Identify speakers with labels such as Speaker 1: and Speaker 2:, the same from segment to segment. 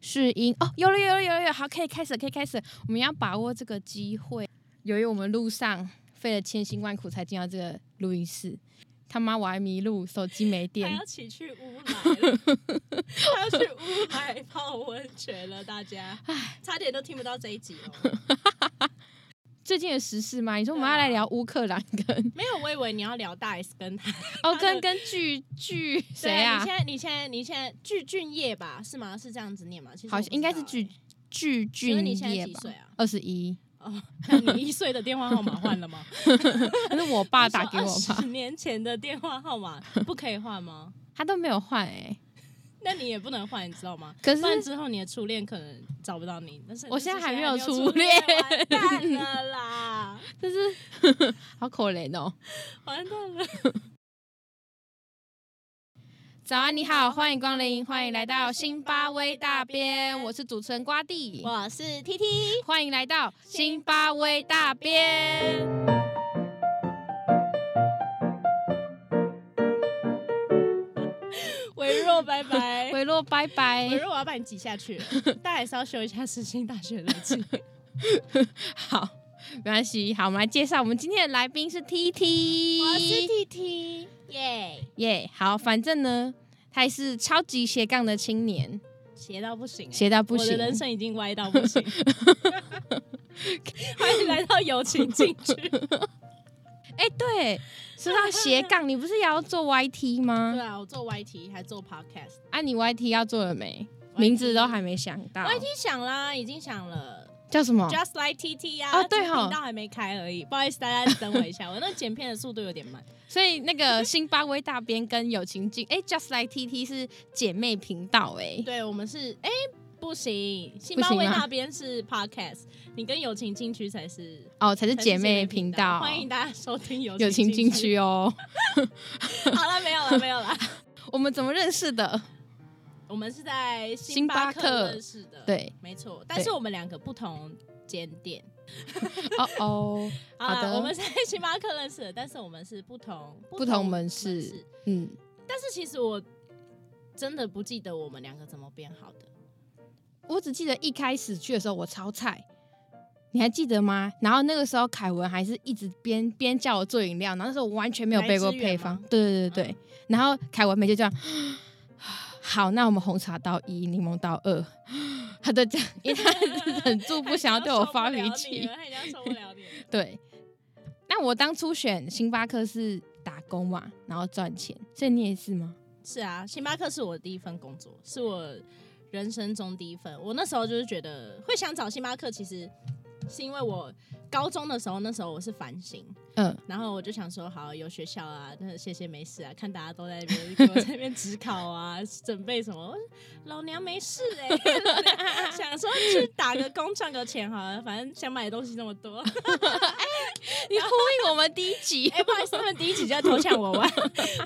Speaker 1: 是因哦，有了有了有了有了，好，可以开始了可以开始了，我们要把握这个机会。由于我们路上费了千辛万苦才进到这个录音室，他妈我还迷路，手机没
Speaker 2: 他
Speaker 1: 电
Speaker 2: 要，起去乌来了， 他要去乌来泡温泉了，大家，差点都听不到这一集哦。
Speaker 1: 最近的时事嘛，你说我们要
Speaker 2: 对啊
Speaker 1: 来聊乌克兰跟
Speaker 2: 没有，我以为你要聊大 S 跟他。
Speaker 1: 哦跟跟剧剧谁
Speaker 2: 对
Speaker 1: 啊
Speaker 2: 你？现在，你现在，你现在具俊晔吧？是吗？是这样子念吗？其实我
Speaker 1: 好
Speaker 2: 不
Speaker 1: 像
Speaker 2: 知道
Speaker 1: 应该是
Speaker 2: 欸
Speaker 1: 剧剧
Speaker 2: 请问
Speaker 1: 俊
Speaker 2: 你现在
Speaker 1: 业
Speaker 2: 几
Speaker 1: 吧，
Speaker 2: 岁啊？
Speaker 1: 二十一，
Speaker 2: 哦，那你一岁的电话号码换 了吗？
Speaker 1: 可是我爸打给我
Speaker 2: 十
Speaker 1: 吧，
Speaker 2: 年前的电话号码不可以换吗？
Speaker 1: 他都没有换哎、
Speaker 2: 那你也不能换，你知道吗？
Speaker 1: 可是
Speaker 2: 不然之后你的初恋可能找不到你。但是
Speaker 1: 我现在还没有
Speaker 2: 就是
Speaker 1: 初恋
Speaker 2: 现在还没有初恋完蛋了啦，
Speaker 1: 就是 好可怜哦。
Speaker 2: 完蛋了！
Speaker 1: 早安，你好，欢迎光临，欢迎来到辛巴威大边，我是主持人瓜地，
Speaker 2: 我是 T T，
Speaker 1: 欢迎来到辛巴威大边。
Speaker 2: 微弱拜拜。
Speaker 1: 维洛，拜拜
Speaker 2: 微。弱，我要把你挤下 去了，但还是要修一下世新大学的 气。
Speaker 1: 好，没关系。好，我们来介绍我们今天的来宾是 T
Speaker 2: 我是
Speaker 1: T，
Speaker 2: T T，耶，
Speaker 1: 耶。好，反正呢，他也是超级斜杠的青年，
Speaker 2: 斜到不行欸，
Speaker 1: 斜到不
Speaker 2: 我
Speaker 1: 行
Speaker 2: 的。人生已经歪到 不行。欢迎来到友情禁 区。
Speaker 1: 哎、对，说到斜 杠，你不是也要做 YT
Speaker 2: 对
Speaker 1: 吗？
Speaker 2: 啊，我做 YT 还做 Podcast。
Speaker 1: 啊，你 YT 要做了没？
Speaker 2: YT
Speaker 1: 名字都还没想到
Speaker 2: YT 想啦，已经想了
Speaker 1: 叫什么？
Speaker 2: ，Just Like TT 呀、
Speaker 1: 啊对
Speaker 2: 只是
Speaker 1: 吼
Speaker 2: 频道还没开而已，不好意思，大家等我一 下，我那剪片的速度有点慢。
Speaker 1: 所以那个辛巴威大边跟友情镜，哎、j u s t Like TT 是姐妹频道、哎，
Speaker 2: 对我们是哎、不行，辛巴
Speaker 1: 啊
Speaker 2: 威那边是 Podcast，你跟友情禁区才是
Speaker 1: 哦，才是
Speaker 2: 才是
Speaker 1: 姐妹
Speaker 2: 频
Speaker 1: 频道，
Speaker 2: 欢迎大家收听友
Speaker 1: 友情禁
Speaker 2: 禁。
Speaker 1: 区哦。
Speaker 2: 好了，没有了，没有了，
Speaker 1: 我们怎么认识的？
Speaker 2: 我们是在
Speaker 1: 星
Speaker 2: 星
Speaker 1: 巴
Speaker 2: 巴
Speaker 1: 克
Speaker 2: 克认识的，，
Speaker 1: 对，
Speaker 2: 没错，但是我们两个不同间店。
Speaker 1: 哦哦，
Speaker 2: 好啦
Speaker 1: 好的
Speaker 2: 我们是在星巴克认识的，但是我们是不同
Speaker 1: 不同门市，嗯，
Speaker 2: 但是其实我真的不记得我们两个怎么变 好的。
Speaker 1: 我只记得一开始去的时候我超菜，你还记得吗？然后那个时候凯文还是一直边边叫我做饮料，然后那时候我完全没有背过配方
Speaker 2: 来支援，
Speaker 1: 对对对对。对然后凯文每次就这样， 好，那我们红茶到一，柠檬到二， 他就这样，因为他忍 住不想要对我发脾气。
Speaker 2: 他已经受不了你了，他已经要受不了你了
Speaker 1: 对，那我当初选星巴克是打工嘛，然后赚钱，所以你也是吗？
Speaker 2: 是啊，星巴克是我第一份工作，是我人生中第一份。我那时候就是觉得会想找星巴克，其实是因为我高中的时候，那时候我是繁星，
Speaker 1: 嗯，
Speaker 2: 然后我就想说，好有学校啊，那谢谢没事啊，看大家都在那边给我在那边指考啊，准备什么，我说老娘没事哎、老娘 想说去打个工赚个钱好了，反正想买的东西那么多。
Speaker 1: 你呼应我们第一集
Speaker 2: 哎、不好意思，他们第一集就在偷抢我玩。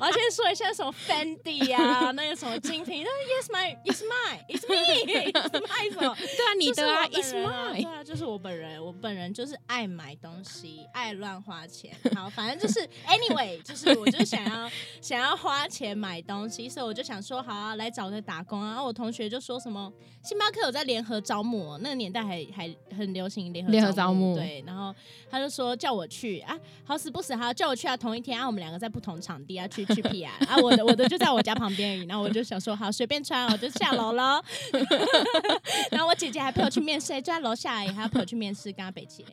Speaker 2: 我要先说一下什么 Fendi 啊，那个什么精品，那 Yes my It's my It's me It's my 什么。
Speaker 1: 对啊，你的啊
Speaker 2: 就
Speaker 1: ，Is
Speaker 2: 是我本人啊
Speaker 1: mine
Speaker 2: 对。啊，就是我本人，我本人就是爱买东西，爱乱花钱。好，反正就是 anyway，就是我就想要想要花钱买东西，所以我就想说，好、啊、来找个打工啊。然后我同学就说什么，星巴克有在联合招募哦，那个年代还还很流行联合
Speaker 1: 联合招募
Speaker 2: 对。然后他就说叫我去啊，好死不死，他叫我去啊，同一天啊，我们两个在不同场地啊，去 去 P 啊，啊，我的我的就在我家旁边而已，然后我就想说好随便穿啊，我就下楼了。 然后我姐姐还陪我去面试，就在楼下而已，还要陪我去面试，跟她北姐。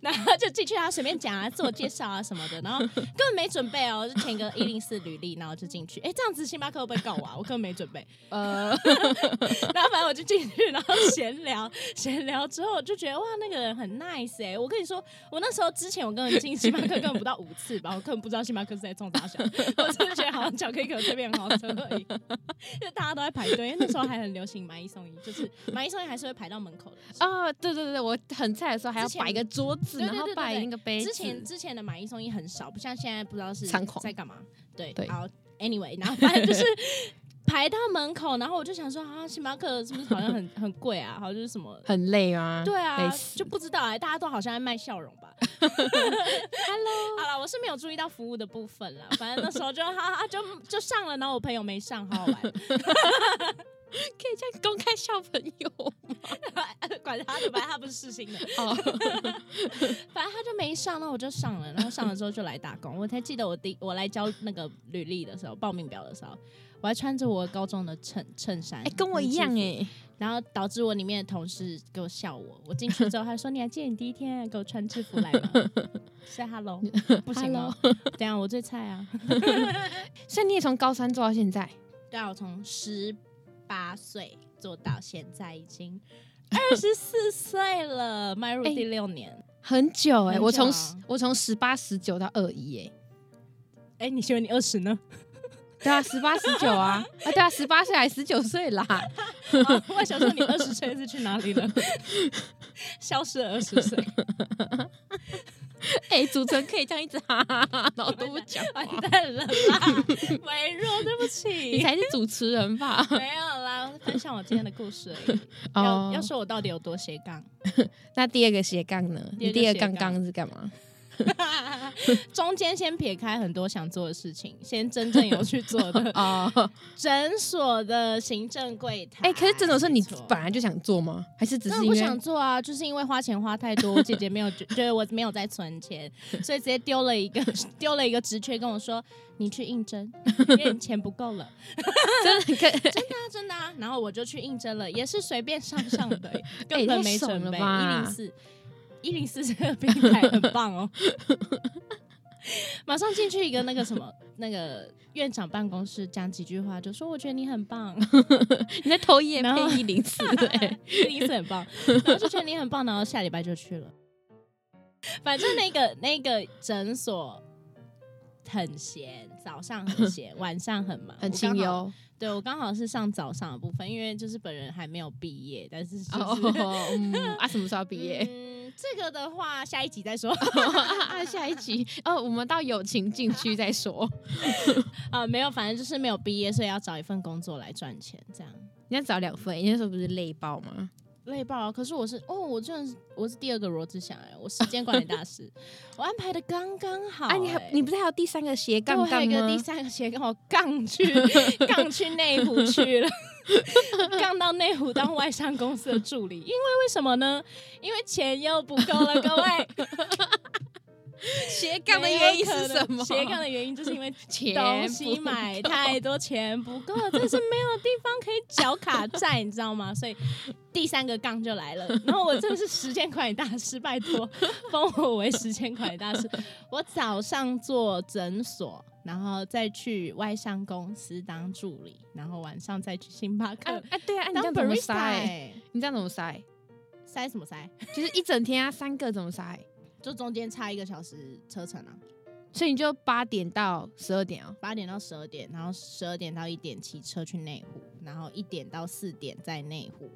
Speaker 2: 然后就进去啊，随便讲啊，自我介绍啊什么的，然后根本没准备哦，就填个一零四履历，然后就进去。哎，这样子星巴克会不会告我啊？我根本没准备。
Speaker 1: 呃，
Speaker 2: 然后反正我就进去，然后闲聊，闲聊之后我就觉得哇，那个人很 nice 哎、我跟你说，我那时候之前我根本进星巴克根本不到五次吧，我根本不知道星巴克是在冲啥小，我真的觉得好像巧克力可乐这边很好吃而已， 因为大家都在排队，因为那时候还很流行买一送一，就是买一送一还是会排到门口的。
Speaker 1: 哦，对对对，我很菜的时候还要
Speaker 2: 之前
Speaker 1: 摆一个桌子，
Speaker 2: 对对
Speaker 1: 然后
Speaker 2: 对对
Speaker 1: 摆
Speaker 2: 对
Speaker 1: 那个杯子。
Speaker 2: 之前之前的买一送一很少，不像现在不知道是
Speaker 1: 猖狂
Speaker 2: 在干嘛。对，
Speaker 1: 对
Speaker 2: 好，anyway，然后反正就是排到门口，然后我就想说啊，星巴克是不是好像很很贵啊？好像就是什 么
Speaker 1: 很累吗？
Speaker 2: 对啊
Speaker 1: 累，死
Speaker 2: 就不知道哎、大家都好像在卖笑容吧。Hello，好了，我是没有注意到服务的部分 啦，反正那时候就哈哈就就上了，然后我朋友没上，好好玩。
Speaker 1: 小朋友。
Speaker 2: 管他的，反正他不是世新的，
Speaker 1: 哦，
Speaker 2: 反正他就没上，那我就上了，然后上了之后就来打工。我才记得我第我来交那个履历的时候，报名表的时候，我还穿着我高中的衬衬衫，
Speaker 1: 哎、跟我一样
Speaker 2: 制服
Speaker 1: 哎、
Speaker 2: 然后导致我里面的同事给我笑我。我进去之后，他说：“你还记得你第一天给我穿制服来吗 ？”Say hello，不行哦， 等一下我最菜啊。
Speaker 1: 所以你也从高三做到现在，
Speaker 2: 对啊，我从十八岁做到现在已经二十四岁了，迈入
Speaker 1: 哎
Speaker 2: 第六年。
Speaker 1: 很久哎、
Speaker 2: 很久啊
Speaker 1: 我从十我从十八十九到二一哎，
Speaker 2: 哎、你希望你二十呢？
Speaker 1: 对啊，十八十九 啊，啊对啊，十八岁还十九岁啦，
Speaker 2: 哦 我想说你二十岁是去 哪里了？消失了二十岁，
Speaker 1: 哎、主持人可以这样一直哈哈哈，然后都不讲话
Speaker 2: 完，蛋了啦！微弱，对不
Speaker 1: 你
Speaker 2: 起。
Speaker 1: 才是主持人吧？
Speaker 2: 没有啦，分享我今天的故事而已。要要
Speaker 1: 哦，
Speaker 2: 说我到底有多斜 杠？
Speaker 1: 那第二个斜杠呢？
Speaker 2: 第二个
Speaker 1: 你第二
Speaker 2: 斜
Speaker 1: 杠
Speaker 2: 杠
Speaker 1: 杠是干嘛？
Speaker 2: 中间先撇开很多想做的事情，先真正有去做的
Speaker 1: 哦，
Speaker 2: 诊所的行政柜台。
Speaker 1: 哎、可是真的是你
Speaker 2: 没错
Speaker 1: 本来就想做吗？还是只
Speaker 2: 那
Speaker 1: 是因
Speaker 2: 不
Speaker 1: 为
Speaker 2: 想做啊，就是因为花钱花太多，我姐姐没有觉觉得我没有在存钱，所以直接丢了一个丢了一个职缺跟我说你去应征，因为你钱不够了。
Speaker 1: 真的跟
Speaker 2: 真的啊，真的啊。然后我就去应征了，也是随便上上的，
Speaker 1: 哎太
Speaker 2: 根本没
Speaker 1: 爽
Speaker 2: 准
Speaker 1: 了
Speaker 2: 备。一
Speaker 1: 吧
Speaker 2: 零四，一零四这个平台很棒哦。 马上进去一个那个什么，那个院长办公室讲几句话，就说我觉得你很棒，
Speaker 1: 你在偷夜
Speaker 2: 然后
Speaker 1: 配一零 四 对。
Speaker 2: 一零四很棒，然后就觉得你很棒，然后下礼拜就去了。反正那个那个诊所很闲，早上 很闲，晚上很忙，
Speaker 1: 很
Speaker 2: 我刚
Speaker 1: 清
Speaker 2: 好
Speaker 1: 幽
Speaker 2: 对我刚好是上早上的部分，因为就是本人还没有毕业，但 是就是、
Speaker 1: 哦，嗯，啊，什么时候要毕业？
Speaker 2: 嗯，这个的话下一集 再说
Speaker 1: 啊，下一集哦，我们到友情禁区再说。
Speaker 2: 啊，没有，反正就是没有毕业，所以要找一份工作来赚钱，这样
Speaker 1: 你要找两份，你那时候不是累爆吗？
Speaker 2: 累爆啊！可是我是哦，我真的是我是第二个罗志祥哎，我时间管理大师， 我安排的刚刚好
Speaker 1: 啊，你
Speaker 2: 哎
Speaker 1: 还你不是还有第三个斜
Speaker 2: 对
Speaker 1: 杠
Speaker 2: 我还
Speaker 1: 杠
Speaker 2: 有一个
Speaker 1: 吗
Speaker 2: 第？三个斜杠，我杠去 杠去内湖去了， 杠到内湖当外商公司的助理。因为为什么呢？因为钱又不够了，各位。
Speaker 1: 斜
Speaker 2: 斜杠的原因就是因为
Speaker 1: 钱
Speaker 2: 东
Speaker 1: 啊
Speaker 2: 西买太
Speaker 1: 多，
Speaker 2: 多，钱不 够，这是没有地方可以缴卡债，你知道吗？所以第三个杠就来了。然后我真的是时间管理大师，拜托封我为时间管理大师。我早上做诊所，然后再去外商公司当助理，然后晚上再去星巴
Speaker 1: 啊
Speaker 2: 克
Speaker 1: 啊，对啊，你这
Speaker 2: 当
Speaker 1: 样怎么
Speaker 2: barista，
Speaker 1: 塞？
Speaker 2: 欸
Speaker 1: 你这样怎么塞？
Speaker 2: 塞什么塞？
Speaker 1: 就是一整天啊，三个怎么塞？
Speaker 2: 就中间差一个小时车程啊。
Speaker 1: 所以你就八点到十二点哦，
Speaker 2: 八点到十二点，然后十二点到一点骑车去内湖，然后一点到四点在内湖，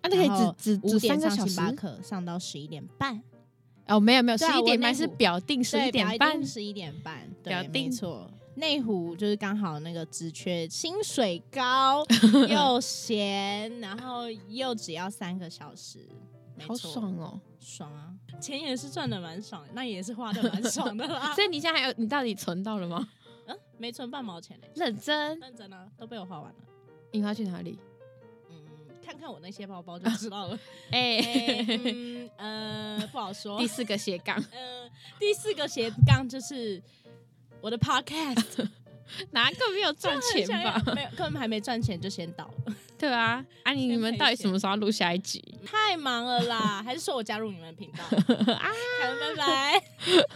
Speaker 1: 啊，那可
Speaker 2: 然后
Speaker 1: 以只只
Speaker 2: 五
Speaker 1: 只
Speaker 2: 点
Speaker 1: 三个
Speaker 2: 上
Speaker 1: 小
Speaker 2: 星
Speaker 1: 时
Speaker 2: 巴克上到十一点半，
Speaker 1: 哦，没有没有，十
Speaker 2: 对啊
Speaker 1: 一点
Speaker 2: 我
Speaker 1: 半
Speaker 2: 内
Speaker 1: 是
Speaker 2: 湖
Speaker 1: 表定，十一点半
Speaker 2: 十一点半，
Speaker 1: 表
Speaker 2: 对，
Speaker 1: 定
Speaker 2: 没错。内湖就是刚好那个职缺，薪水 高又闲，然后又只要三个小时，没
Speaker 1: 好
Speaker 2: 错
Speaker 1: 爽哦。。
Speaker 2: 爽啊！钱也是赚的蛮爽，那也是花的 蛮爽的啦
Speaker 1: 所以你现在还有，你到底存到了吗？
Speaker 2: 嗯，没存半毛 钱 嘞、
Speaker 1: 认真，
Speaker 2: 认真啊，都被我花完了。
Speaker 1: 你花去哪里？
Speaker 2: 嗯，看看我那些包包就知 道了。
Speaker 1: 哎、
Speaker 2: 哎嗯呃，不好 说
Speaker 1: 第。四个斜杠，
Speaker 2: 呃，第四个斜杠就是我的 podcast
Speaker 1: 哪个没有赚钱
Speaker 2: 很想
Speaker 1: 吧？
Speaker 2: 要没有，根本还没赚钱就先倒了，
Speaker 1: 对啊，啊你
Speaker 2: 先
Speaker 1: 你们
Speaker 2: 赔
Speaker 1: 到底
Speaker 2: 钱
Speaker 1: 什么时候要录下一集？
Speaker 2: 太忙了啦！还是说我加入你们的 频道？
Speaker 1: 啊，
Speaker 2: 凯文拜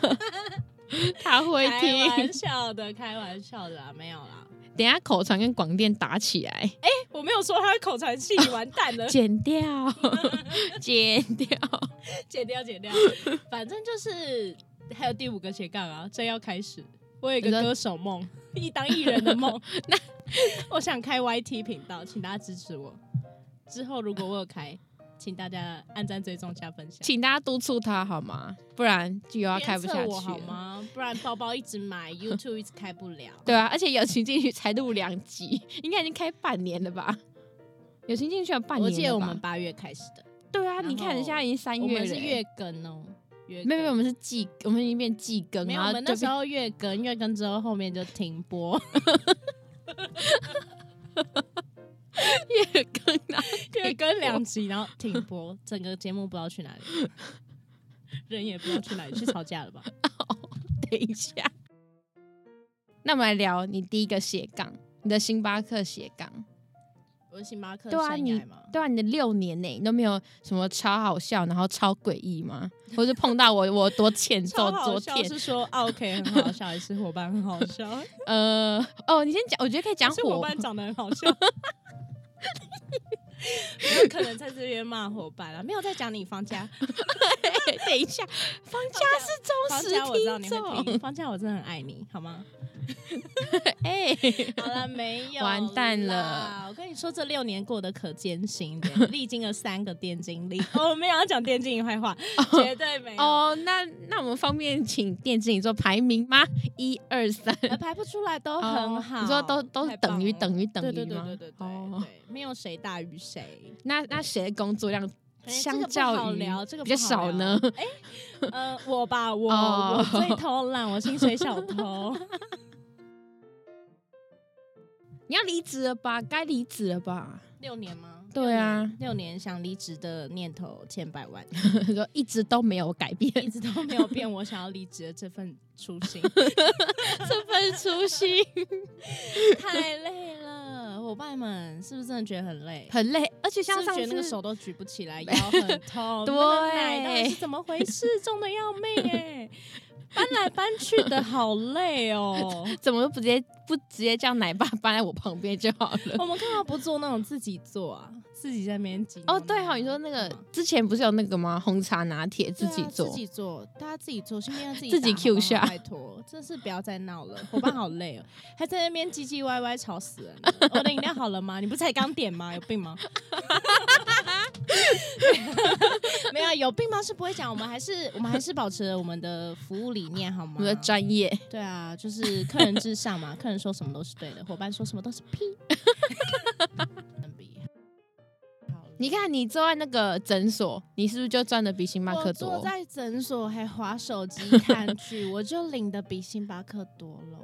Speaker 2: 拜。
Speaker 1: 他会
Speaker 2: 开
Speaker 1: 听
Speaker 2: 玩，笑的，开玩笑的啦，没有啦。
Speaker 1: 等一下口传跟广电打起来，，
Speaker 2: 哎 我没有说他的口传戏，你完蛋了
Speaker 1: 剪 掉，剪掉。
Speaker 2: 剪掉，剪掉。反正就是还有第五个斜杠啊，正要开始。我有一个
Speaker 1: 你说
Speaker 2: 歌手梦，一当艺人的梦。那我想开 YT 频道，请大家支持我。之后如果我有开，请大家按赞、追踪、加分享。
Speaker 1: 请大家督促他好吗？不然就又要开不下
Speaker 2: 鞭
Speaker 1: 去
Speaker 2: 策我好
Speaker 1: 了。
Speaker 2: 吗？不然包包一 直买，YouTube 一直开不了。
Speaker 1: 对啊，而且友情进去才录两集， 应该已经开半年了吧？友情进去啊有半年
Speaker 2: 我
Speaker 1: 了吧，
Speaker 2: 记得我们八月开始的，
Speaker 1: 对啊，
Speaker 2: 然
Speaker 1: 你看人家已经三
Speaker 2: 我
Speaker 1: 月了、欸
Speaker 2: 们是月更哦、月
Speaker 1: 没有没有，我
Speaker 2: 更
Speaker 1: 们是季，我们已经变季更，
Speaker 2: 没有，
Speaker 1: 然后
Speaker 2: 我们那
Speaker 1: 就
Speaker 2: 时候月更，月更之后后面就停播，
Speaker 1: 变月更，然后啊
Speaker 2: 月更两集，然后 停播，整个节目不知道去哪里，人也不知道去哪里，去吵架了吧？
Speaker 1: 等一下，那我们来聊你第一个斜杠，你的星巴克斜杠。
Speaker 2: 我是星巴克
Speaker 1: 对啊
Speaker 2: 生
Speaker 1: 你
Speaker 2: 涯嘛，
Speaker 1: 对啊，你的六年内你都没有什么超好笑，然后超诡异 吗？或是碰到我，我多欠揍
Speaker 2: 超，好
Speaker 1: 多
Speaker 2: 笑
Speaker 1: 舔？
Speaker 2: 是说、啊、OK 很好笑，还是伙伴很好笑？
Speaker 1: 呃，哦，你先讲，我觉得可以讲
Speaker 2: 是伙
Speaker 1: 火
Speaker 2: 伴长得很好笑。 没有可能在这边骂伙伴啊，没有在讲你方 家，
Speaker 1: 对， 等一下，方家
Speaker 2: 方
Speaker 1: 是
Speaker 2: 家我知道
Speaker 1: 忠
Speaker 2: 你
Speaker 1: 实听
Speaker 2: 会
Speaker 1: 众，
Speaker 2: 听，方家我真的很爱你，好吗？
Speaker 1: 哎、
Speaker 2: 好了，没有，
Speaker 1: 完蛋了。
Speaker 2: 我跟你说，这六年过得可艰辛的，历经了三个店经理。哦，我没有要讲店经理坏话，绝对没有。
Speaker 1: 哦，那那我们方便请店经理做排名吗？一二三，
Speaker 2: 呃排不出来都
Speaker 1: 哦
Speaker 2: 很好，
Speaker 1: 你说都都是
Speaker 2: 太棒
Speaker 1: 等于
Speaker 2: 了
Speaker 1: 等于等于
Speaker 2: 对对对
Speaker 1: 吗
Speaker 2: 对对对
Speaker 1: 哦
Speaker 2: 对，没有谁大于谁。
Speaker 1: 那那谁的工作量
Speaker 2: 哎
Speaker 1: 相较于
Speaker 2: 这个不好聊，这个
Speaker 1: 比较少呢？
Speaker 2: 不好聊。哎，呃，我吧，我
Speaker 1: 哦
Speaker 2: 我最偷懒，我薪水小偷。
Speaker 1: 你要离职了吧？该离职了吧？
Speaker 2: 六年吗？
Speaker 1: 对啊
Speaker 2: 六年，六年想离职的念头千百万，
Speaker 1: 说一直都没有改变
Speaker 2: 一直都没有变我想要离职的这份初心，
Speaker 1: 这份初心，
Speaker 2: 太累了，伙伴们是不是真的觉得很累？
Speaker 1: 很累，而且像
Speaker 2: 是不
Speaker 1: 上
Speaker 2: 是觉得那个
Speaker 1: 次
Speaker 2: 手都举不起 来，腰很痛，
Speaker 1: 对
Speaker 2: 那个奶到底是怎么回事？重的要命哎、搬来搬去的好 累哦。
Speaker 1: 怎么不直接不直接叫奶爸搬在我旁边就好了？
Speaker 2: 我们干嘛不做那种自己做啊？自己在那边挤。啊
Speaker 1: 哦，对哈、你说那个
Speaker 2: 嗯
Speaker 1: 之前不是有那个吗？红茶拿铁自己
Speaker 2: 对啊
Speaker 1: 做，
Speaker 2: 自己做，大家自己做，先不要自己
Speaker 1: 自己
Speaker 2: 打
Speaker 1: cue
Speaker 2: 好不好
Speaker 1: 下
Speaker 2: 拜托，真是不要再闹了，伙伴好累哦，还在那边唧唧歪歪，吵死人了。我的饮料好了吗？你不才刚点吗？有病吗？ 没有啊，有病吗？是不会讲，我们还是我们还是保持了我们的服务理念好吗？
Speaker 1: 我们的专业，
Speaker 2: 对啊，就是客人至上嘛，客人说什么都是对的，伙伴说什么都是屁。好
Speaker 1: 你看你坐在那个诊所，你是不是就赚的比星巴克
Speaker 2: 我坐
Speaker 1: 多？
Speaker 2: 在诊所还划手机看剧，我就领的比星巴克多喽。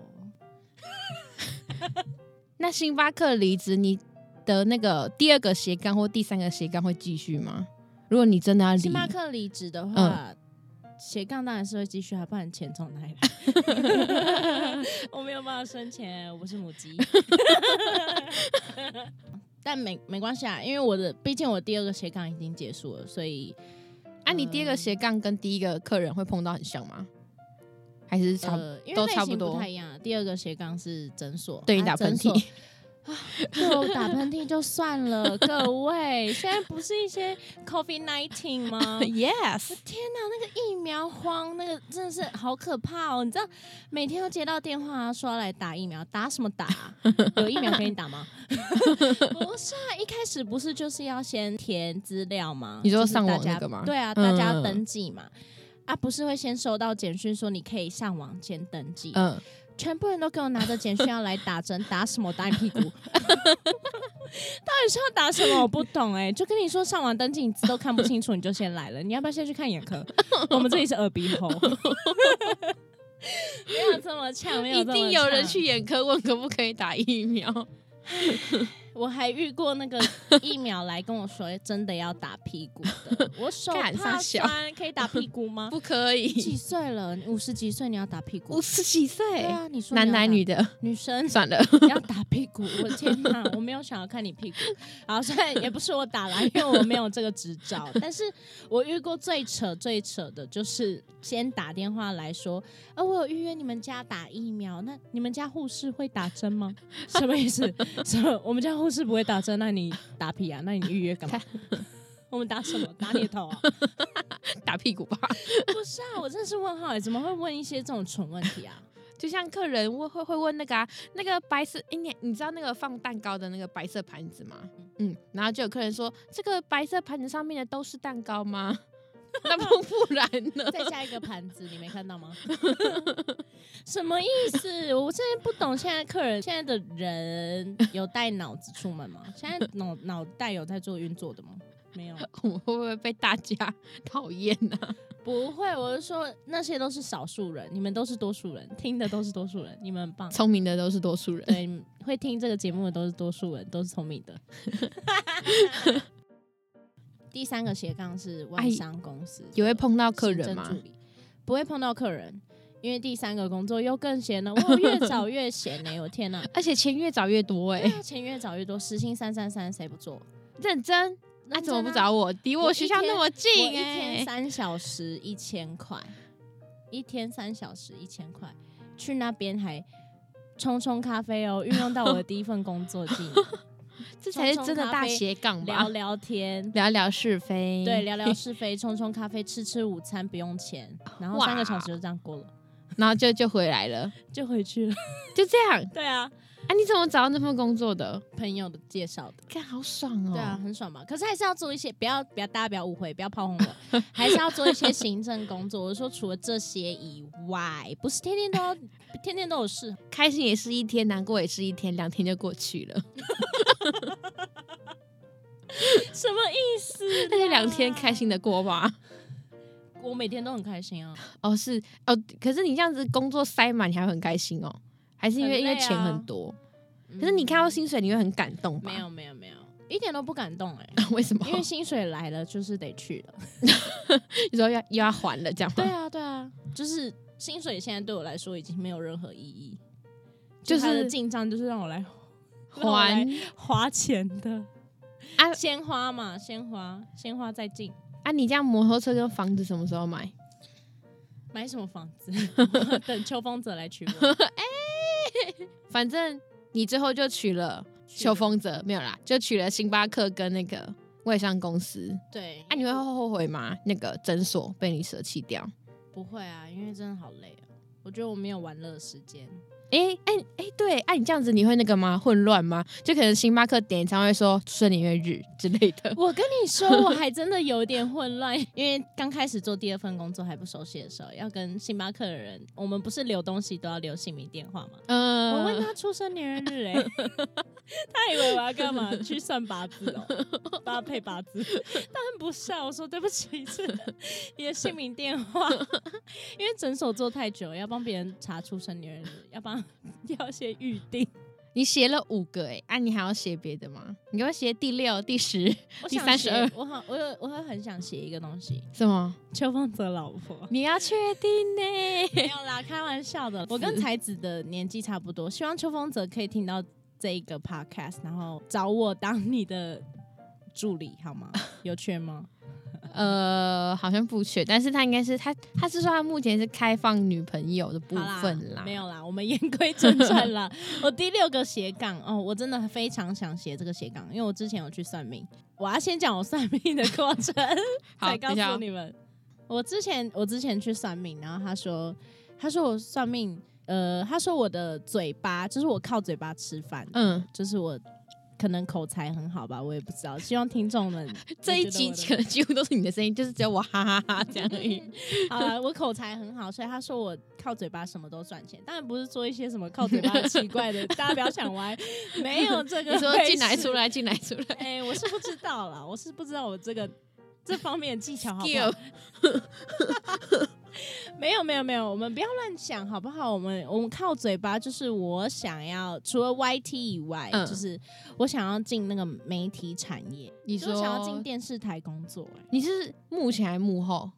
Speaker 1: 那星巴克离职，你的那个第二个斜杠或第三个斜杠会继续吗？如果你真的要离，
Speaker 2: 星巴克离职的话，
Speaker 1: 嗯
Speaker 2: 斜杠当然是会继续啊，不然钱从哪里来？我没有办法生钱，我不是母鸡。 但没没关系啊，因为我的毕竟我第二个斜杠已经结束了，所以
Speaker 1: 啊，你第二
Speaker 2: 呃
Speaker 1: 个斜杠跟第一个客人会碰到很像吗？还是差不多？
Speaker 2: 呃，因为
Speaker 1: 都
Speaker 2: 类
Speaker 1: 差不
Speaker 2: 型
Speaker 1: 多
Speaker 2: 不太一样啊。第二个斜杠是诊所，
Speaker 1: 对你
Speaker 2: 啊
Speaker 1: 打喷。
Speaker 2: 诊所
Speaker 1: 嚏，？
Speaker 2: 对我打喷嚏就算了，各位，现在不是一些 COVID nineteen 吗
Speaker 1: yes，
Speaker 2: 天哪，那个疫苗荒，那个真的是好可怕哦！你知道每天都接到电话说要来打疫苗，打什么打啊？有疫苗给你打 吗？不是啊，一开始不是就是要先填资料吗？
Speaker 1: 你说
Speaker 2: 就是
Speaker 1: 上网
Speaker 2: 大家
Speaker 1: 那个吗
Speaker 2: 对啊，
Speaker 1: 嗯
Speaker 2: 大家登记嘛。啊，不是会先收到简讯说你可以上网先登记，
Speaker 1: 嗯，
Speaker 2: 全部人都给我拿着简讯要来打针，打什么？打你屁股？ 到底是要打什么？我不懂哎、就跟你说上网登记，你字都看不清楚，你就先来了。你要不要先去看眼 科？我们这里是耳鼻喉。 没有这么呛，没有
Speaker 1: 一
Speaker 2: 这么
Speaker 1: 定有人
Speaker 2: 呛
Speaker 1: 去。眼科问可不可以打疫苗。
Speaker 2: 我还遇过那个疫苗来跟我说真的要打屁股的，我手
Speaker 1: 干
Speaker 2: 怕
Speaker 1: 傻小
Speaker 2: 酸，可以打屁股吗？
Speaker 1: 不可
Speaker 2: 你几
Speaker 1: 以，
Speaker 2: 岁了？你五十几岁你要打屁股
Speaker 1: 五？十几岁
Speaker 2: 对，啊，你说你
Speaker 1: 男男
Speaker 2: 要打
Speaker 1: 女 的，
Speaker 2: 女生
Speaker 1: 算了，
Speaker 2: 要打屁股，我天哪，我没有想要看你屁股。然后虽然也不是我打啦，因为我没有这个执照，但是我遇过最扯最扯的就是先打电话来说，呃，我有预约你们家打疫苗，那你们家护士会打针吗？什么意思？什么？我们家护士不会打针，那你打屁啊？那你预约干嘛？我们打什么？打你的头啊？
Speaker 1: 打屁股 吧。
Speaker 2: 不是啊，我真的是问号哎、怎么会问一些这种蠢问题啊？
Speaker 1: 就像客人会会会问那个啊，那个白色，哎、你你知道那个放蛋糕的那个白色盘子吗？嗯，然后就有客人说，这个白色盘子上面的都是蛋糕吗？ 那不不然呢？
Speaker 2: 再加一个盘子，你没看到吗？ 什么意思？我真的不懂现在客人现在的人有带脑子出门 吗？现在脑脑袋有在做运作的吗？没有，
Speaker 1: 我们会不会被大家讨厌呢？
Speaker 2: 不会。我是说那些都是少数人，你们都是多数人，听的都是多数人，你们很 棒。
Speaker 1: 聪明的都是多数人。
Speaker 2: 对，会听这个节目的都是多数人，都是聪明的。三个斜杠是外商公司，
Speaker 1: 也会碰到客人吗？
Speaker 2: 不会碰到客人，因为第三个工作又更闲了。我越找越闲呢、我天哪、
Speaker 1: 而且钱越找越多哎、
Speaker 2: 对啊，钱越找越多，时薪三三三，谁不做？
Speaker 1: 认真，那、
Speaker 2: 认
Speaker 1: 啊怎么不
Speaker 2: 真啊
Speaker 1: 找我？离
Speaker 2: 我
Speaker 1: 我
Speaker 2: 一
Speaker 1: 学校那
Speaker 2: 天
Speaker 1: 么
Speaker 2: 我
Speaker 1: 近
Speaker 2: 一天
Speaker 1: 哎、
Speaker 2: 三小时一千块，一天三小时一千块，去那边还冲冲咖啡哦，运用到我的第一份工 作技能，
Speaker 1: 这才是真的大斜杠吧
Speaker 2: 聊？聊天。
Speaker 1: 聊聊是非，
Speaker 2: 对，聊聊是非，冲冲咖啡，吃吃午餐，不用 钱，然后三个小时就这样过了，
Speaker 1: 然后就就回来了，
Speaker 2: 就回去了。
Speaker 1: 就这样。
Speaker 2: 对啊，
Speaker 1: 啊，你怎么找到那份工作的？
Speaker 2: 朋友的介绍的，
Speaker 1: 看好爽哦！
Speaker 2: 对啊，，很爽嘛。可是还是要做一些，不要不要大家不要误会，不要炮 轰我，还是要做一些行政工作。我是说除了这些以外，不是天天都要天天都有事，
Speaker 1: 开心也是一天，难过也是一天，两天就过去 了。
Speaker 2: 什么意思？
Speaker 1: 那就两天开心的啊过吧。
Speaker 2: 我每天都很开心啊，
Speaker 1: 哦，是哦，可是你这样子工作塞满，你还会很开心哦？还是因为、
Speaker 2: 很
Speaker 1: 因
Speaker 2: 累啊
Speaker 1: 为钱很嗯多？可是你看到薪水，你会很感动吧？
Speaker 2: 没，有没有没有，一点都不感动哎、
Speaker 1: 为什么？
Speaker 2: 因为薪水来了就是得去了。
Speaker 1: 你说要又要还了，这样吗？
Speaker 2: 对啊对啊，就是薪水现在对我来说已经没有任何意义，
Speaker 1: 就是
Speaker 2: 它的进账就是让我来让我来
Speaker 1: 还
Speaker 2: 花钱的
Speaker 1: 啊
Speaker 2: 先花嘛，先花先花再进。
Speaker 1: 啊！你这样摩托车跟房子什么时候买？
Speaker 2: 买什么房子？我 等秋风者来娶 我。
Speaker 1: 反正你最后就娶了秋风者，没有啦，就娶了星巴克跟那个外商公司。
Speaker 2: 对，
Speaker 1: 啊，你会后悔吗？那个诊所被你舍弃掉？
Speaker 2: 不会啊，因为真的好累啊。我觉得我没有玩乐的时间。
Speaker 1: 诶诶诶，对，哎、你这样子你会那个吗？混乱吗？就可能星巴克点餐会说“顺年月日”之类的。
Speaker 2: 我跟你说，我还真的有点混乱， 因为刚开始做第二份工作还不熟悉的时候，要跟星巴克的人，我们不是留东西都要留姓名电话吗？
Speaker 1: 嗯、
Speaker 2: 我问他出生年月日、欸， 他以为我要干嘛？去算八字哦、帮他配八字，当然不是啊。我说对不起，是你的姓名电话， 因为诊所做太久，要帮别人查出生年月日，要帮要些预定。
Speaker 1: 你写了五个哎、啊，你还要写别的吗？你给我写第六、第十、
Speaker 2: 我
Speaker 1: 第
Speaker 2: 想
Speaker 1: 三
Speaker 2: 写
Speaker 1: 十二，
Speaker 2: 我好，我有，我会很想写一个东西，
Speaker 1: 什么？
Speaker 2: 秋风泽老婆。
Speaker 1: 你要确定呢、
Speaker 2: 没有啦，开玩笑的。我跟才子的年纪差不多，希望秋风泽可以听到这一个 podcast，然后找我当你的助理好 吗？有缺吗？
Speaker 1: 呃，好像不缺，但是他应该是他，他是说他目前是开放女朋友的部
Speaker 2: 好啦
Speaker 1: 分啦。
Speaker 2: 没有啦，我们言归正 传啦。我第六个斜杠哦，我真的非常想写这个斜杠，因为我之前有去算命。我要先讲我算命的过程，
Speaker 1: 好，
Speaker 2: 再告
Speaker 1: 等一下
Speaker 2: 诉
Speaker 1: 哦
Speaker 2: 你们。我之前我之前去算命，然后他说他说我算命，呃，他说我的嘴巴就是我靠嘴巴吃饭，
Speaker 1: 嗯，
Speaker 2: 就是我可能口才很好吧，我也不知道。希望听 众们
Speaker 1: 这一集
Speaker 2: 觉得
Speaker 1: 可能几乎都是你的声音，就是只有我哈哈哈这样而已。
Speaker 2: 我的好啦，我口才很好，所以他说我靠嘴巴什么都赚钱，当然不是做一些什么靠嘴巴的奇怪 的，大家不要想歪，没有这个。
Speaker 1: 你说进来出？来，进来出 来。
Speaker 2: 哎、我是不知道啦，我是不知道我这个这方面的技巧好不好
Speaker 1: Skill。
Speaker 2: 没有没有没有，我们不要乱想好不好？我们我们靠嘴巴，就是我想要除了 YT 以外，
Speaker 1: 嗯
Speaker 2: 就是我想要进那个媒体产业，
Speaker 1: 你
Speaker 2: 就是
Speaker 1: 说
Speaker 2: 想要进电视台工作、哎
Speaker 1: 你是幕前还是幕后？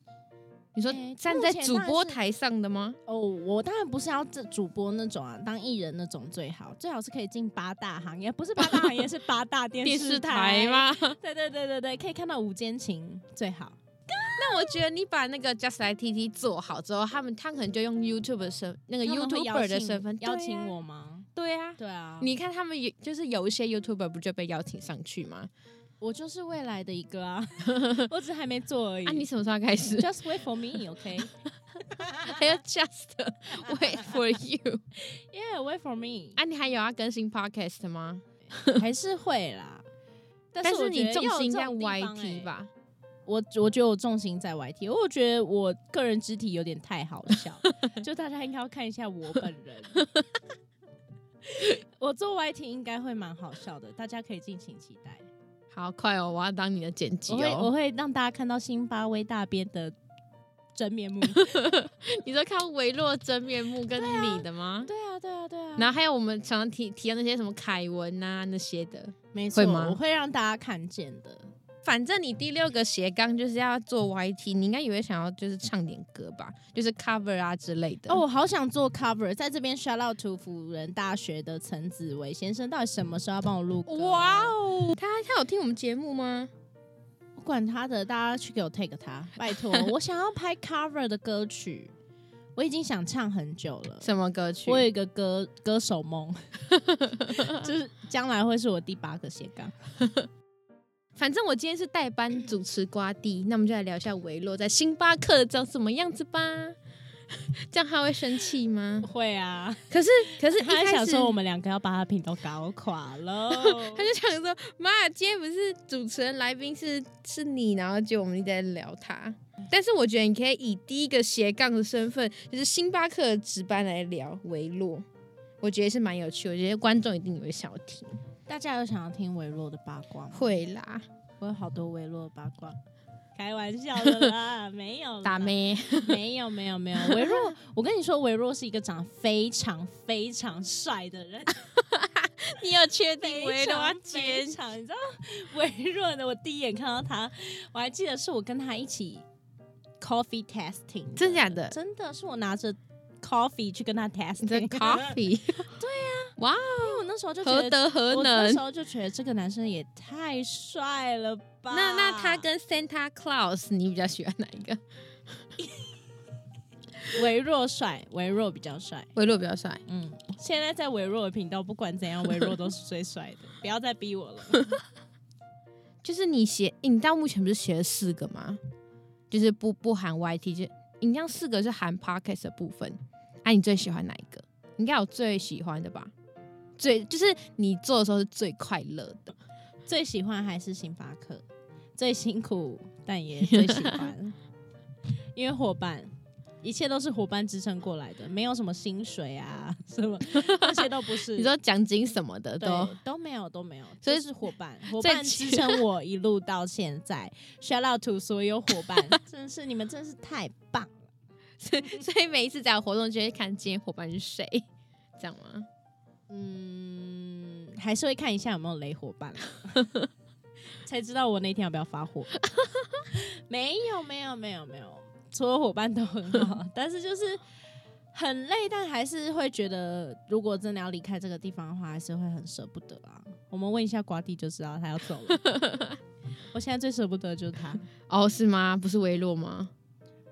Speaker 1: 你说
Speaker 2: 诶
Speaker 1: 站
Speaker 2: 哎目
Speaker 1: 在
Speaker 2: 前
Speaker 1: 主
Speaker 2: 当然
Speaker 1: 播
Speaker 2: 是
Speaker 1: 台上的吗？
Speaker 2: 哦，我当然不是要这主播那种啊，当艺人那种最好，最好是可以进八大行业，不是八大行业是八 大电
Speaker 1: 电
Speaker 2: 视
Speaker 1: 视台？ 吗？
Speaker 2: 对对对对对，可以看到午间情最好。
Speaker 1: 那我觉得你把那个 Just Like TT 做好之后，他们他可能就用 YouTube 的身那个
Speaker 2: 他们会邀
Speaker 1: YouTuber 的
Speaker 2: 请
Speaker 1: 身份
Speaker 2: 邀
Speaker 1: 对
Speaker 2: 请
Speaker 1: 啊
Speaker 2: 我吗？
Speaker 1: 对啊，
Speaker 2: 对啊，
Speaker 1: 你看他们有就是有一些 YouTuber 不就被邀请上去吗？
Speaker 2: 我就是未来的一 个啊，我只是还没做而已。
Speaker 1: 啊，你什么时候开始？
Speaker 2: Just wait for me，OK？、
Speaker 1: 还有 Just Wait for You
Speaker 2: Yeah, wait for me
Speaker 1: 啊，你还有要更新 Podcast 吗？
Speaker 2: 还是会啦，但
Speaker 1: 但
Speaker 2: 是我觉
Speaker 1: 你
Speaker 2: 得
Speaker 1: 重
Speaker 2: 要有
Speaker 1: 心
Speaker 2: 这
Speaker 1: 在
Speaker 2: 种地方
Speaker 1: YT
Speaker 2: 欸？
Speaker 1: 吧？
Speaker 2: 我我觉得我重心在 YT，因为我觉得我个人肢体有点太好笑， 就大家应该要看一下我本人。 我做 YT 应该会蛮好笑的，大家可以敬请期待。
Speaker 1: 好快哦，我要当你的剪辑
Speaker 2: 我会我
Speaker 1: 哦！
Speaker 2: 会让大家看到辛巴威大边的真面目。
Speaker 1: 你说看维洛真面目跟你的吗？
Speaker 2: 对啊，对啊，对啊。
Speaker 1: 然后还有我们常常提提到那些什么凯文啊那些的，
Speaker 2: 没
Speaker 1: 会
Speaker 2: 错，
Speaker 1: 吗
Speaker 2: 我会让大家看见的。
Speaker 1: 反正你第六个斜杠就是要做 YT，你应该也会想要就是唱点歌吧，就是 cover 啊之类的。
Speaker 2: 哦，我好想做 cover，在这边 shout out to 辅仁大学的陈子维先生，到底什么时候要帮我录歌？啊
Speaker 1: 哇哦，他他有听我们节目吗？
Speaker 2: 不管他的，大家去给我 take 他，拜托，我想要拍 cover 的歌曲，我已经想唱很久了。
Speaker 1: 什么歌曲？
Speaker 2: 我有一个歌歌手梦， 就是将来会是我第八个斜杠。
Speaker 1: 反正我今天是代班主持瓜地，那我们就来聊一下维洛在星巴克长什么样子吧。 这样他会生气吗？
Speaker 2: 会 啊，
Speaker 1: 可是可是一
Speaker 2: 他还
Speaker 1: 开
Speaker 2: 想
Speaker 1: 始
Speaker 2: 说我们两个要把他频道搞垮 了。
Speaker 1: 他就想说，妈，今天不是主持人来宾是是你，然后就我们一直在聊他。
Speaker 2: 嗯
Speaker 1: 但是我觉得你可以以第一个斜杠的身份，就是星巴克的值班来聊维洛，我觉得是蛮有趣。我觉得观众一定也会想要听。
Speaker 2: 大家有想要听微弱的八卦吗？
Speaker 1: 会啦，
Speaker 2: 我有好多微弱的八卦，开玩笑的 啦，没有啦
Speaker 1: 打妹，
Speaker 2: 没有没有没有，维若，我跟你说，维若是一个长得非常非常帅的人，
Speaker 1: 你有确定
Speaker 2: 非
Speaker 1: 维洛要
Speaker 2: 常
Speaker 1: 接
Speaker 2: 非？常，你知道维若呢？我第一眼看到他，我还记得是我跟他一起 coffee testing，的
Speaker 1: 真假的
Speaker 2: 真的是我拿着 coffee 去跟他
Speaker 1: 你的
Speaker 2: testing，因
Speaker 1: coffee，啊
Speaker 2: 为我那时候就觉
Speaker 1: 何
Speaker 2: 得，
Speaker 1: 德何
Speaker 2: 我那
Speaker 1: 能
Speaker 2: 时？候就觉得这个男生也太帅了吧？
Speaker 1: 那那他跟 Santa Claus，你比较喜欢哪一个？
Speaker 2: 维若帅，维若比较帅。
Speaker 1: 维洛比较帅。
Speaker 2: 嗯，现在在微弱的频道，不管怎样，微弱都是最帅的。不要再逼我了。
Speaker 1: 就是你写，你到目前不是写了四个吗？就是不不含 YT，就你这样四个是含 Podcast 的部分。啊，你最喜欢哪一个？应该有最喜欢的吧？最就是你做的时候是最快乐的。
Speaker 2: 最喜欢还是星巴克，最辛苦但 也最喜欢，因为伙伴，一切都是伙伴支撑过来的，没有什么薪水啊，什么那些都不 是。
Speaker 1: 你说奖金什么的
Speaker 2: 对
Speaker 1: 都，
Speaker 2: 都没有都没有，
Speaker 1: 所以
Speaker 2: 就是伙伴，伙伴支撑我一路到现在。Shout out to 所有伙 伴，真是你们真是太棒了。
Speaker 1: 所以所以每一次只要有活动就会看今天伙伴是谁，这样吗？
Speaker 2: 嗯，还是会看一下有没有雷伙 伴啦，才知道我那天要不要发 火。没有，没有，没有，没有，所有伙伴都很 好，但是就是很累，但还是会觉得，如果真的要离开这个地方的话，还是会很舍不得啊。我们问一下瓜弟就知道他要走了。 我现在最舍不得的就是他，
Speaker 1: 哦，是吗？不是维洛吗？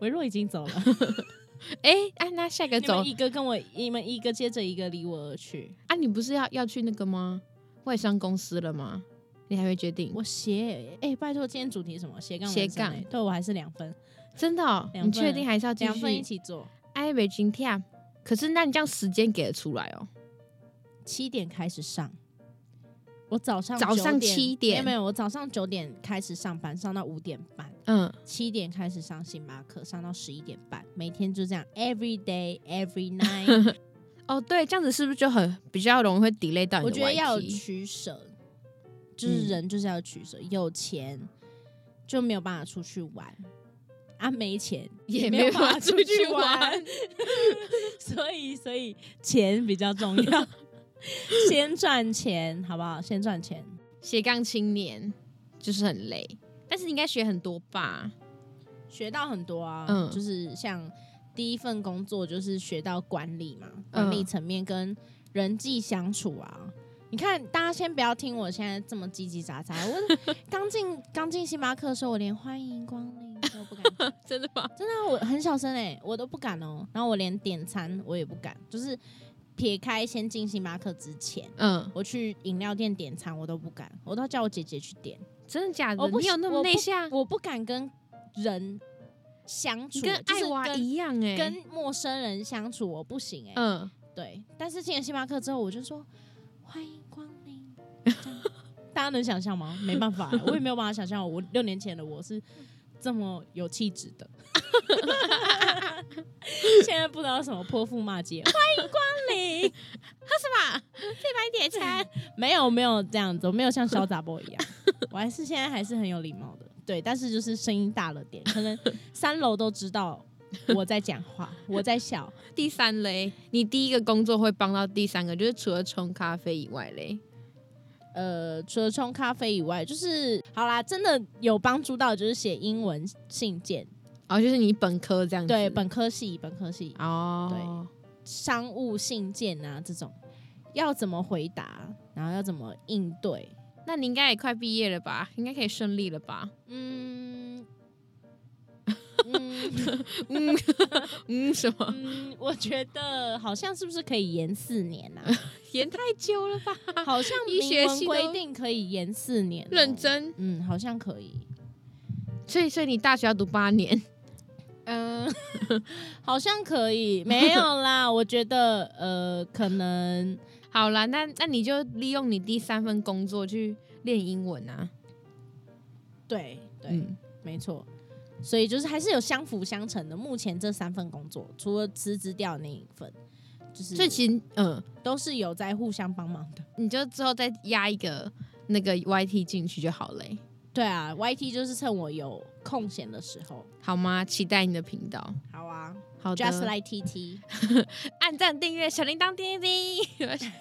Speaker 2: 维若已经走了，
Speaker 1: 哎、啊，那下一个
Speaker 2: 你
Speaker 1: 走
Speaker 2: 们一个跟我，你们一个接着一个离我而去。
Speaker 1: 啊？你不是要要去那个吗？外商公司了吗？你还没决定？
Speaker 2: 我斜哎、拜托，今天主题是什么斜杠人生
Speaker 1: 斜杠
Speaker 2: 欸对我还是两分，
Speaker 1: 真的、哦？
Speaker 2: 两
Speaker 1: 你
Speaker 2: 份
Speaker 1: 确定还是要继续？
Speaker 2: 两分一起做，
Speaker 1: 哎，北京跳。可是那你这样时间给得出来哦？
Speaker 2: 七点开始上。我早上
Speaker 1: 早上
Speaker 2: 9点
Speaker 1: 7点
Speaker 2: 没有没有，我早上九点开始上班，上到五点半，
Speaker 1: 嗯，
Speaker 2: 七点开始上星巴克，上到十一点半，每天就这样，every day every night 。
Speaker 1: 哦，对，这样子是不是就很比较容易会 delay 到你
Speaker 2: 我
Speaker 1: 的
Speaker 2: 觉得要有
Speaker 1: YT
Speaker 2: 取舍，就是
Speaker 1: 嗯
Speaker 2: 人就是要取舍，有钱就没有办法出去玩，啊，没钱
Speaker 1: 也
Speaker 2: 没有
Speaker 1: 没办
Speaker 2: 法
Speaker 1: 法
Speaker 2: 出
Speaker 1: 出去
Speaker 2: 玩
Speaker 1: 玩，
Speaker 2: 所以所以钱比较重要， 先赚钱好不好？先赚钱，
Speaker 1: 斜杠青年就是很累，但是你应该学很多吧？
Speaker 2: 学到很多啊，
Speaker 1: 嗯
Speaker 2: 就是像第一份工作就是学到管理嘛，管
Speaker 1: 嗯
Speaker 2: 理层面跟人际相处啊。你看，大家先不要听我现在这么叽叽喳喳。我 刚进刚进星巴克的时候，我连欢迎光临都不敢讲
Speaker 1: 真的吗？
Speaker 2: 真的啊、我很小声哎、我都不敢哦、然后我连点餐我也不敢，就是撇开先进星巴克之前，
Speaker 1: 嗯，
Speaker 2: 我去饮料店点餐我都不敢，我都要叫我姐姐去点，
Speaker 1: 真的假的？
Speaker 2: 我不
Speaker 1: 你有那么内向？
Speaker 2: 我不敢跟人相处，
Speaker 1: 你跟
Speaker 2: 就是
Speaker 1: 艾娃
Speaker 2: 跟
Speaker 1: 一样哎、
Speaker 2: 跟陌生人相处我不行哎、
Speaker 1: 嗯，
Speaker 2: 对。但是进了星巴克之后，我就说欢迎光临。这样大家能想象吗？没办法欸、我也没有办法想象，我六年前的我是这么有气质的。现在不知道什么泼妇骂街，欢迎光临，
Speaker 1: 是吧？再买点餐。
Speaker 2: 没有没有这样子，我没有像潇洒 boy 一样，我还是现在还是很有礼貌的，对，但是就是声音大了点，可能三楼都知道我在讲话，我在笑，
Speaker 1: 第三嘞，你第一个工作会帮到第三个，就是除了冲咖啡以外嘞，
Speaker 2: 呃，除了冲咖啡以外，就是好啦，真的有帮助到，就是写英文信件，
Speaker 1: 哦，就是你本科这样子，
Speaker 2: 对，本科系，本科系，
Speaker 1: 哦，
Speaker 2: 商务信件啊这种，要怎么回答，然后要怎么应对，
Speaker 1: 对，那你应该也快毕业了吧？应该可以顺利了吧？
Speaker 2: 嗯。嗯
Speaker 1: 嗯 嗯，什么
Speaker 2: 嗯，我觉得好像是不是可以延四年啊？
Speaker 1: 演太久了吧？
Speaker 2: 好像
Speaker 1: 医
Speaker 2: 明
Speaker 1: 学
Speaker 2: 文
Speaker 1: 系都
Speaker 2: 规定可以延四年、哦，
Speaker 1: 认真，
Speaker 2: 嗯，好像可以。
Speaker 1: 所以所以你大学要读八年，
Speaker 2: 嗯，好像可以，没有啦。我觉得呃，可能
Speaker 1: 好啦，那那你就利用你第三份工作去练英文啊。
Speaker 2: 对对、
Speaker 1: 嗯，
Speaker 2: 没错。所以就是还是有相辅相成的。目前这三份工作，除了辞职掉那一份，就是
Speaker 1: 所以其实嗯，
Speaker 2: 都是有在互相帮忙的。
Speaker 1: 你就之后再压一个那个 YT 进去就好嘞、
Speaker 2: 对啊，YT 就是趁我有空闲的时候。
Speaker 1: 好吗？期待你的频道。
Speaker 2: 好啊
Speaker 1: 好的
Speaker 2: ，Just Like TT，
Speaker 1: 按赞、订阅、小铃铛、叮叮叮。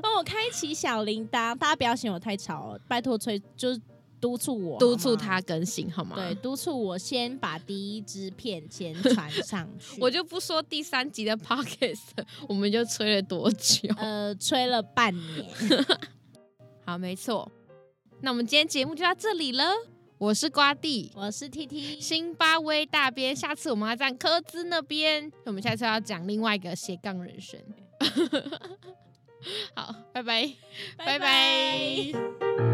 Speaker 2: 帮我开启小铃铛。大家不要嫌我太吵哦，拜托催，就是督促我，
Speaker 1: 督促
Speaker 2: 好吗
Speaker 1: 他更新好吗？
Speaker 2: 对，，督促我先把第一支片先传上去。
Speaker 1: 我就不说第三集的 Pockets，我们就吹了多久。
Speaker 2: 呃吹了半年，
Speaker 1: 好，没错。那我们今天节目就到这里了。我是瓜地，
Speaker 2: 我是 T T，
Speaker 1: 辛巴威大边。下次我们要站科兹那边，我们下次要讲另外一个斜杠人 生。好，拜拜。拜拜